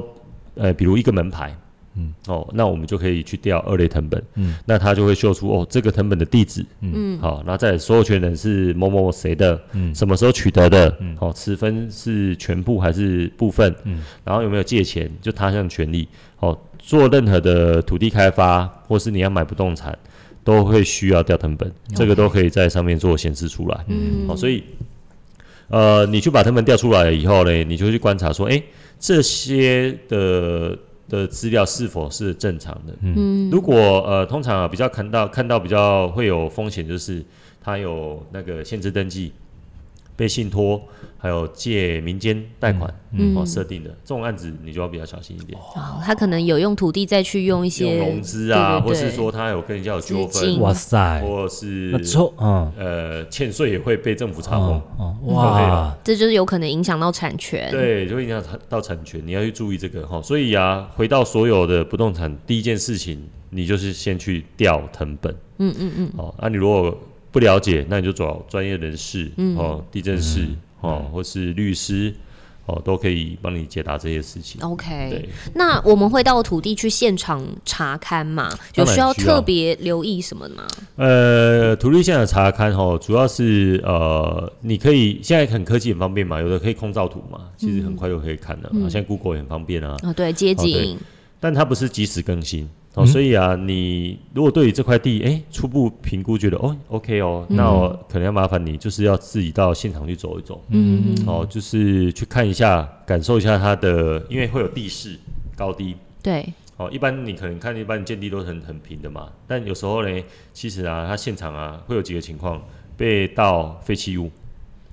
C: 呃，比如一个门牌，嗯，哦，那我们就可以去调二类藤本，嗯，那他就会秀出哦这个藤本的地址，嗯，好、那再来所有权人是某某谁的，嗯，什么时候取得的，嗯，好、持分是全部还是部分，嗯，然后有没有借钱，就他项权利，哦，做任何的土地开发或是你要买不动产。都会需要调成本，这个都可以在上面做显示出来。嗯，好、所以呃，你去把藤本调出来以后呢，你就去观察说，诶，这些的的资料是否是正常的？嗯，如果呃，通常啊比较看到看到比较会有风险，就是它有那个限制登记、被信托，还有借民间贷款，嗯，哦设定的这种案子，你就要比较小心一点。
B: 哦他可能有用土地再去用一
C: 用
B: 些
C: 融资
B: 对
C: 啊，
B: 对对
C: 或是说他有跟人家有纠
B: 资
C: 纷
B: 金，
A: 哇塞，
C: 或是
A: 那之后嗯，
C: 呃欠税也会被政府查封。
A: 哦哦
C: 都可以
A: 哇
C: 了，
B: 这就是有可能影响到产权。
C: 对，就会影响产到产权，你要去注意这个哈。所以啊，回到所有的不动产，第一件事情，你就是先去调藤本。嗯嗯嗯。哦，那、你如果不了解，那你就找专业人士，哦，地震师，哦，或是律师，哦，都可以帮你解答这些事情。
B: OK，
C: 对，
B: 那我们会到土地去现场查勘嘛？有
C: 当然
B: 需要
C: 需要
B: 特别留意什么的吗？
C: 呃，土地现场查勘哈，主要是呃，你可以现在很科技很方便嘛，有的可以空照图嘛，其嗯
B: 哦
C: 实很快就可以看了，好像 Google 也很方便啊，
B: 啊、对，街景
C: 但它不是及时更新，哦，所以啊，你如果对于这块地，哎，初步评估觉得哦，OK 哦，那我可能要麻烦你，就是要自己到现场去走一走，
B: 嗯嗯，
C: 哦，就是去看一下，感受一下它的，因为会有地势高低，
B: 对，
C: 哦，一般你可能看一般建地都很很平的嘛，但有时候呢，其实啊，它现场啊会有几个情况被盗废弃物，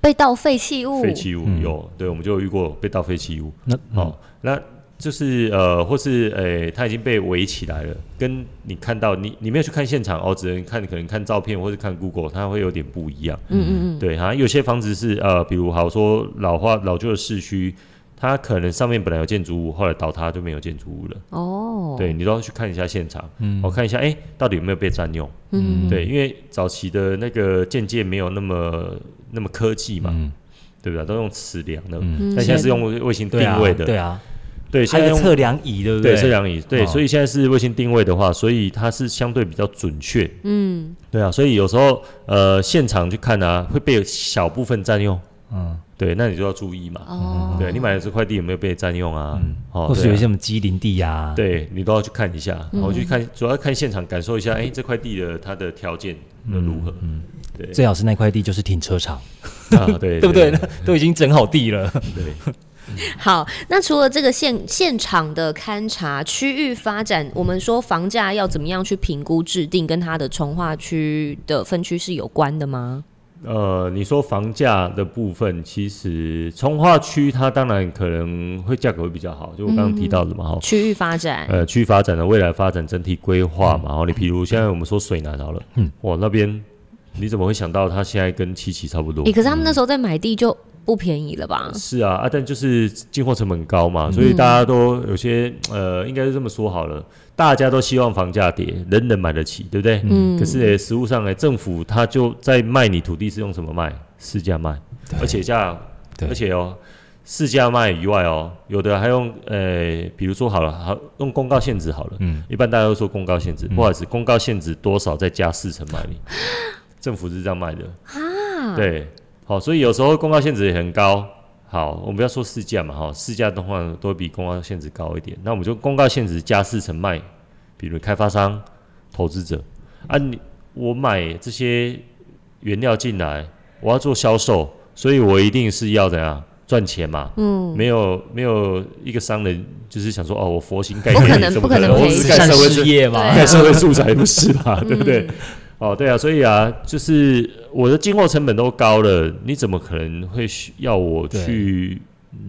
B: 被盗废弃物，
C: 废弃物
A: 嗯
C: 有，对，我们就有遇过被盗废弃物，
A: 那嗯
C: 哦，那就是呃，或是呃，它已经被围起来了，跟你看到你你没有去看现场哦，只能看可能看照片或是看 Google，它会有点不一样。
B: 嗯嗯嗯，
C: 对，好像有些房子是呃，比如好说老化老旧的市区，它可能上面本来有建筑物，后来倒塌就没有建筑物了。
B: 哦，
C: 对你都要去看一下现场，
A: 嗯
C: 我、看一下哎、到底有没有被占用？
B: 嗯，嗯，
C: 对，因为早期的那个建界没有那么那么科技嘛，
A: 嗯
C: 对不对？都用尺量的，
A: 嗯，
C: 但现在是用卫星定
A: 对啊
C: 位的，
A: 对啊，
C: 对，现
A: 还
C: 在
A: 有
C: 用
A: 测量仪，对不
C: 对，
A: 对
C: 测量仪，对，
A: 哦
C: 所以现在是卫星定位的话，所以它是相对比较准确，
B: 嗯，
C: 对啊，所以有时候呃现场去看啊，会被小部分占用，
A: 嗯，
C: 对，那你就要注意嘛，
B: 哦，
C: 嗯对你买的这块地有没有被占用啊？哦
A: 嗯或是有一些嗯
C: 对啊
A: 什么机灵地啊呀，，
C: 对你都要去看一下，哦我去看，主要看现场感受一下，哎，这块地的它的条件的如何？
A: 嗯最好是那块地就是停车场，
C: 啊，
A: 嗯对
C: 对，
A: 不对？都已经整好地了，
C: 对，
B: 好，那除了这个现现场的勘察、区域发展，我们说房价要怎么样去评估制定，跟它的从化区的分区是有关的吗？
C: 呃，你说房价的部分，其实从化区它当然可能会价格会比较好，就我刚刚提到的嘛，哈，
B: 区域发展，
C: 呃，区域发展的未来发展整体规划嘛，然后你比如现在我们说水南好了，嗯，哇那边你怎么会想到它现在跟七期差不多
B: 诶、？可是他们那时候在买地就不便宜了吧？
C: 是啊，嗯啊，但就是进货成本高嘛，所以大家都有些呃，应该是这么说好了，大家都希望房价跌，人人买得起，对不对？
B: 嗯
C: 可是、欸、实物上呢、政府它就在卖你土地是用什么卖？市价卖，而且价，
A: 对
C: 而且哦，市价卖以外哦，有的还用呃，比如说好了，好用公告限制好了，
A: 嗯
C: 一般大家都说公告限制，不好意思，公告限制多少再加四成卖 你，政府是这样卖的啊，对，好，所以有时候公告限制也很高。好，我们不要说市价嘛，哈，市价的话都会比公告限制高一点。那我们就公告限制加四成卖，比如开发商、投资者啊你，我买这些原料进来，我要做销售，所以我一定是要怎样赚钱嘛。
B: 啊
C: 嗯，没有没有一个商人就是想说哦，我佛心盖
B: 不可
C: 天
B: 能
C: 理，怎
B: 不
C: 么
B: 可能
C: 我
B: 赔
C: 只
A: 慈
C: 是盖
A: 善
C: 社会
A: 事
C: 素
A: 业 嘛，
B: 对
C: 盖
B: 啊
C: 社会素材不是 吧？对不对？
B: 嗯
C: 哦，对啊，所以啊，就是我的进货成本都高了，你怎么可能会需要我去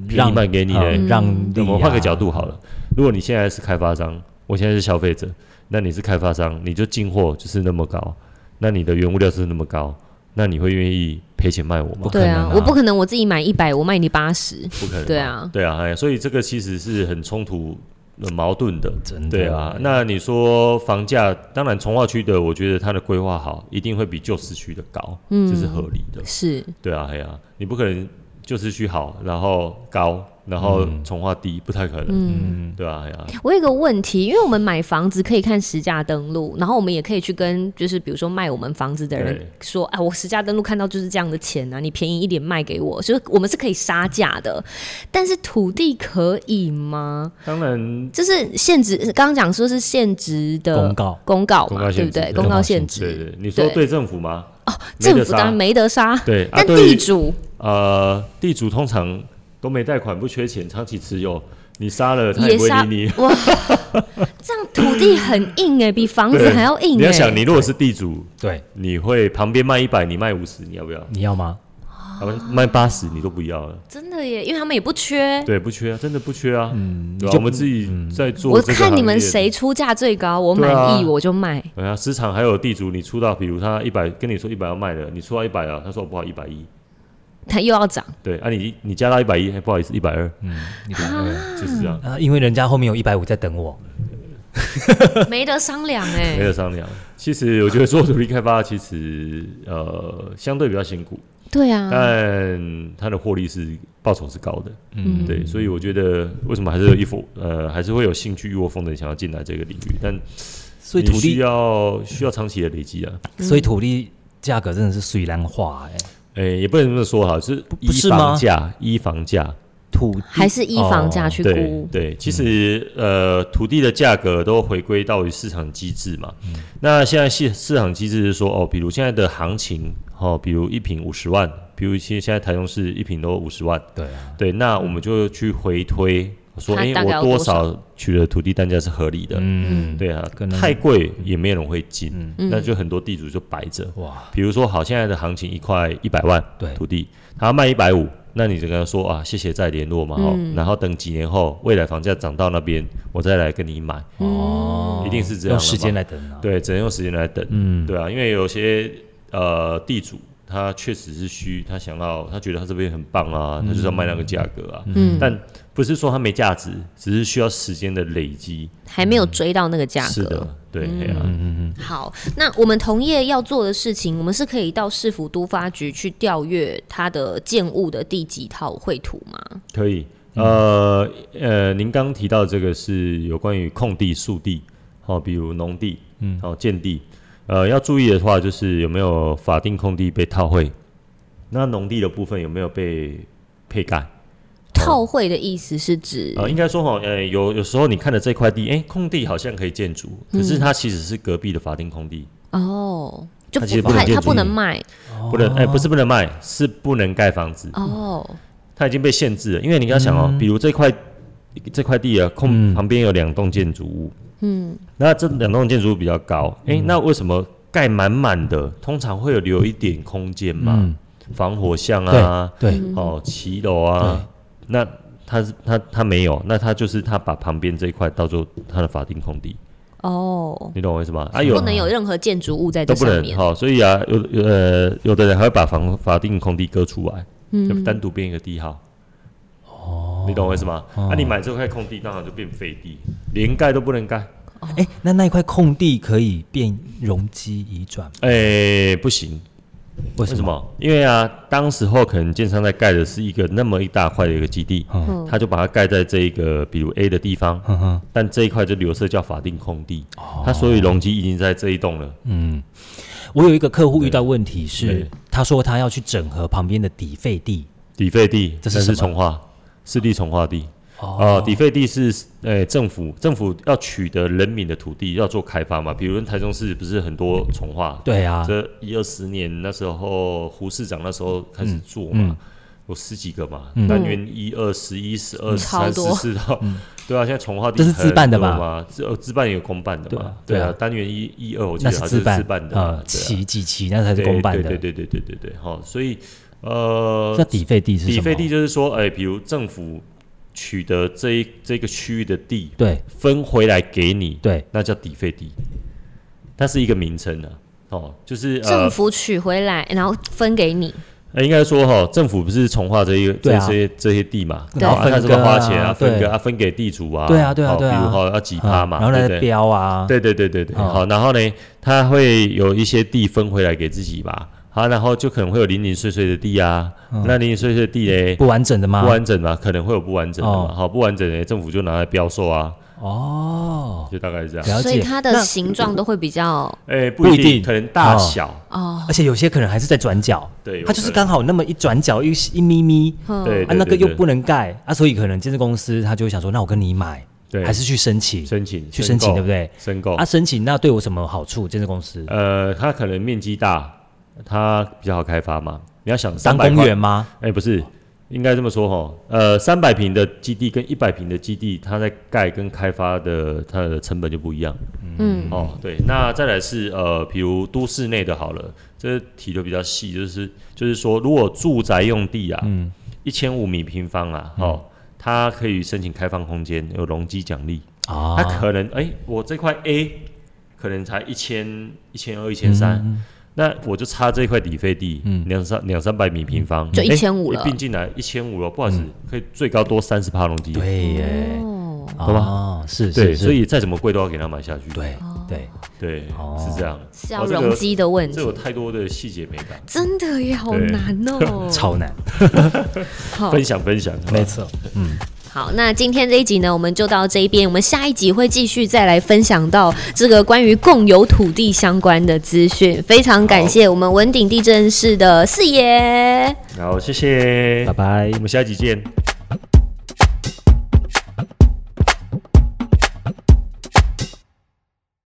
C: 便宜卖给你呢？
A: 呃
B: 嗯
A: 让利
C: 对
A: 啊
C: 我们换个角度好了，如果你现在是开发商，我现在是消费者，那你是开发商，你就进货就是那么高，那你的原物料是那么高，那你会愿意赔钱卖我吗
A: 不？可
B: 对
A: 能
B: 啊
A: 啊，
B: 我不可能我自己买一百，我卖你八十，
C: 不可能嘛。
B: 对啊
C: 对啊，哎，所以这个其实是很冲突、很矛盾的。
A: 真
B: 嗯
A: 的
C: 对啊，那你说房价，当然从化区的，我觉得它的规划好，一定会比旧市区的高，
B: 嗯
C: 这是合理的。
B: 是
C: 对啊，哎呀、你不可能旧市区好，然后高，然后
B: 嗯
C: 从化低，不太可能。嗯，对啊，哎呀、
B: 我有一个问题，因为我们买房子可以看实价登录，然后我们也可以去跟就是比如说卖我们房子的人
C: 对
B: 说，哎、我实价登录看到就是这样的钱啊，你便宜一点卖给我，就是我们是可以杀价的。但是土地可以吗？
C: 当然，
B: 就是限值，刚刚讲说是限值的
A: 公告
B: 公告
C: 公
B: 嘛，
C: 告
B: 对
C: 限
B: 不
C: 制
B: 对？
C: 对
B: 公告限
C: 对
B: 制，
C: 对，你说
B: 对
C: 对政府吗？没得
B: 政府当然
C: 杀
B: 没得杀，
C: 对啊，
B: 但
C: 对
B: 地
C: 于
B: 主
C: 呃，地主通常都没贷款，不缺钱，长期持有，你杀了他也
B: 也
C: 不会
B: 杀
C: 理你。
B: 哇，这样土地很硬哎、比房子
C: 对
B: 还要硬哎、
C: 你要想，你如果是地主，
A: 对，
C: 你会旁边卖一百，你卖五十，你要不要？
A: 你要吗？
C: 啊，卖八十你都不要了，
B: 真的耶，因为他们也不缺。
C: 对，不缺啊，真的不缺啊。嗯，对啊
A: 就
C: 我们自己在做。
B: 我看你们谁。出价最高，我满意
C: 对啊
B: 我就卖。
C: 对啊，市场还有地主，你出到比如他一百，跟你说一百要卖的，你出到一百啊，他说不好一百一，
B: 它又要涨，
C: 对啊你你加到一百一，哎不好意思一百二，哎
A: 你不要
C: 就是这样，
A: 啊，因为人家后面有一百五在等我，
B: 没得商量哎、
C: 没得商量。其实我觉得做土地开发其实呃相 对比哎较辛苦，
B: 对啊，
C: 但它的获利是报酬是高的，嗯，对，所以我觉得为什么还是有一副呃，还是会有兴趣一窝蜂的想要进来这个领域，但
A: 所以
C: 你
A: 土
C: 需
A: 地，
C: 要需要长期的累积啊，
A: 所以土地价格真的是水然化哎，
C: 诶、也不能这么说哈，是
A: 不
C: 依
A: 是吗
C: 房价，依房价，
A: 土地
B: 还是依房价去
C: 哦对
B: 估？
C: 对，其实、呃，土地的价格都回归到于市场机制嘛。那现在市市场机制是说，哦，比如现在的行情，哦，比如一平五十万，比如其实现在台中市一平都五十万，
A: 对啊，
C: 对，那我们就去回推说，
B: 它
C: 哎、
B: 大概
C: 我
B: 要
C: 多
B: 多少
C: 少取的土地单价是合理的？
A: 嗯，
C: 对啊
A: 可，能嗯
C: 太贵也没有人会进，那就很多地主就摆着。
A: 哇，
C: 比如说，好，现在的行情一块一百万，
A: 对
C: 土地，他要卖一百五，那你就跟他说啊，谢谢再联络
B: 嗯
C: 嘛，哦，然后等几年后未来房价涨到那边，我再来跟你买，
A: 哦，
C: 一定是这
A: 用
C: 样的嘛
A: 时间来等啊，
C: 对，只能用时间来等，
A: 嗯，
C: 对啊，因为有些呃地主他确实是虚，他想要他觉得他这边很棒
A: 嗯
C: 啊，他就是要卖那个价格啊，
B: 嗯
C: 但不是说他没价值，只是需要时间的累积，
B: 还没有追到那个价格。嗯
C: 是的，对，嘿啊
B: 好，那我们同业要做的事情，我们是可以到市府都发局去调阅它的建物的第几套绘图吗？
C: 可以。呃呃，您刚提到这个是有关于空地、树地，哦，比如农地，嗯，哦，建地，呃，要注意的话就是有没有法定空地被套会，那农地的部分有没有被配盖？啊
B: 套绘的意思是指，
C: 呃，应该说哈，呃，有有时候你看的这块地，哎、空地好像可以建筑，可是它其实是隔壁的法定空地，
B: 哦，就
C: 它其实不能嗯
B: 它
C: 建
B: 它不
C: 筑
B: 能卖
C: 不能，哎、不是不能卖，是不能盖房子，
B: 哦，
C: 它已经被限制了，因为你要想哦，
A: 嗯
C: 比如这块这块地啊，空、旁边有两栋建筑物，嗯，那这两栋建筑物比较高，诶，
A: 嗯
C: 那为什么盖满满的，通常会有留一点空间嘛？
A: 嗯
C: 防火巷啊，
B: 嗯
A: 对，
C: 哦，骑楼啊，那它是它它没有，那它就是它把旁边这一块当做它的法定空地，
B: 哦，
C: 你懂我意思吗？啊，有
B: 不能有任何建筑物在这
C: 都不
B: 上
C: 能
B: 面。
C: 好、所以啊，有有呃，有的人还会把房法定空地割出来，就单独变一个地号。哦，你懂我意思吗？啊，你买这块空地，当然就变废地，连盖都不能盖。
A: 哎，那那一块空地可以变容积移转吗，
C: 哎、不行，
A: 为
C: 为什？么？因为啊，当时候可能建商在盖的是一个那么一大块的一个基地，
A: 嗯
C: 他就把它盖在这一个比如 A 的地方，
A: 哼哼，
C: 但这一块就留设叫法定空地，它所以容积已经在这一栋了。
A: 嗯，我有一个客户遇到问题是
C: 对，
A: 他说他要去整合旁边的底废地，
C: 底废地，
A: 这
C: 这
A: 是
C: 是
A: 什么
C: 重化，市地重化地。
A: 哦
C: 哦，底废地是呃政府政府要取得人民的土地要做开发嘛，比如台中市不是很多重化，
A: 对啊，
C: 这一二十年那时候胡市长那时候开始做嘛，
A: 嗯
C: 有十几个嘛，单元一二十一十二十
B: 超
C: 三十
B: 多
C: 四到，对啊，现在重化地
A: 这是自
C: 很
A: 办的
C: 多
A: 吧
C: 嘛，自呃自办也有公办的
A: 对
C: 嘛
A: 啊，
C: 对
A: 对
C: 啊
A: 啊，
C: 单元一一二我记
A: 那
C: 得
A: 是
C: 好像
A: 自办
C: 自办的嘛
A: 呃，，
C: 对啊
A: 期几期那才是
C: 对
A: 公办
C: 对
A: 的，
C: 对对对对对对，好，所以呃
A: 那底废地是什么
C: 底费地就是说，哎、比如政府取得这一这个区域的地
A: 对
C: 分回来给你，
A: 对，
C: 那叫底费地，它是一个名称啊。哦，就是
B: 政
C: 呃，
B: 府取回来，然后分给你，
C: 呃应该说哈、哦，政府不是重划这些、
A: 对
C: 这
A: 啊
C: 些这些地嘛，哦
A: 对
C: 然后
A: 分
C: 他这个
A: 割啊
C: 花钱啊，分
A: 对
C: 给啊分给地主啊，
A: 对啊对啊
C: 好
A: 对啊
C: 比如哈、哦要几趴嘛，
A: 嗯然后
C: 对不
A: 来
C: 对？
A: 标啊，
C: 对对对对对，
A: 哦
C: 好，然后呢，他会有一些地分回来给自己吧，好，然后就可能会有零零碎碎的地啊，
A: 嗯
C: 那零零碎碎的地嘞，
A: 不完整的吗
C: 不？完整嘛，可能会有不完整的嘛，
A: 啊哦
C: 好，不完整的政府就拿来标售啊，
A: 哦，
C: 就大概是这样。
A: 了
B: 所以
A: 解。
B: 它的形状都会比较
C: 哎，不一
A: 不一定
C: 定，可能大小，
B: 哦，
A: 而且有些可能还是在转角，
C: 对有
A: 它就是
C: 可能
A: 刚好那么一转角一一咪咪，
B: 嗯
C: 对
A: 啊，那个又不能盖啊，所以可能建设公司他就会想说，那我跟你买，
C: 对
A: 还是去申请
C: 申请
A: 去申请，
C: 购
A: 对不对？
C: 申购
A: 啊，，申请那对我什么好处？建设公司
C: 呃，它可能面积大，它比较好开发嘛。你要想
A: 当
C: 300
A: 公
C: 块
A: 园，吗？
C: 哎，不是。应该这么说哈，呃，三百平的基地跟一百平的基地，它在盖跟开发的它的成本就不一样。
B: 嗯，
C: 哦，对，那再来是呃，比如都市内的好了，这题就比较细，就是就是说，如果住宅用地啊，
A: 嗯
C: 一千五米平方啊，哦，它可以申请开放空间，有容积奖励，
A: 啊
C: 它，可能哎、我这块 A 可能才一千一千二一千
A: 嗯
C: 三。那我就差这块底费地，两三两三百米平方，
B: 就
C: 哎
B: 1500了
C: 一并进来一千五了，不好意思，可以最高多三十帕容积，
A: 嗯对耶，
B: 哦，
A: 好
C: 懂
A: 吧？是是，
C: 对，所
A: 是，
C: 以再怎么贵都要给它买下去，
A: 对对，
C: 对，
A: 哦，
C: 是这样，
B: 是要
C: 哦这个
B: 容积的问
C: 这
B: 题
C: 有，太多的细节美感，
B: 真的耶，好
C: 对
B: 难哦
A: 超难，
B: 好
C: 分享分享，好吧
A: 哦没错。
B: 好，那今天这一集呢，我们就到这一边。我们下一集会继续再来分享到这个关于共有土地相关的资讯。非常感谢我们文鼎地震室的四爷。
C: 好，谢谢，
A: 拜拜
C: 哎我们下集见。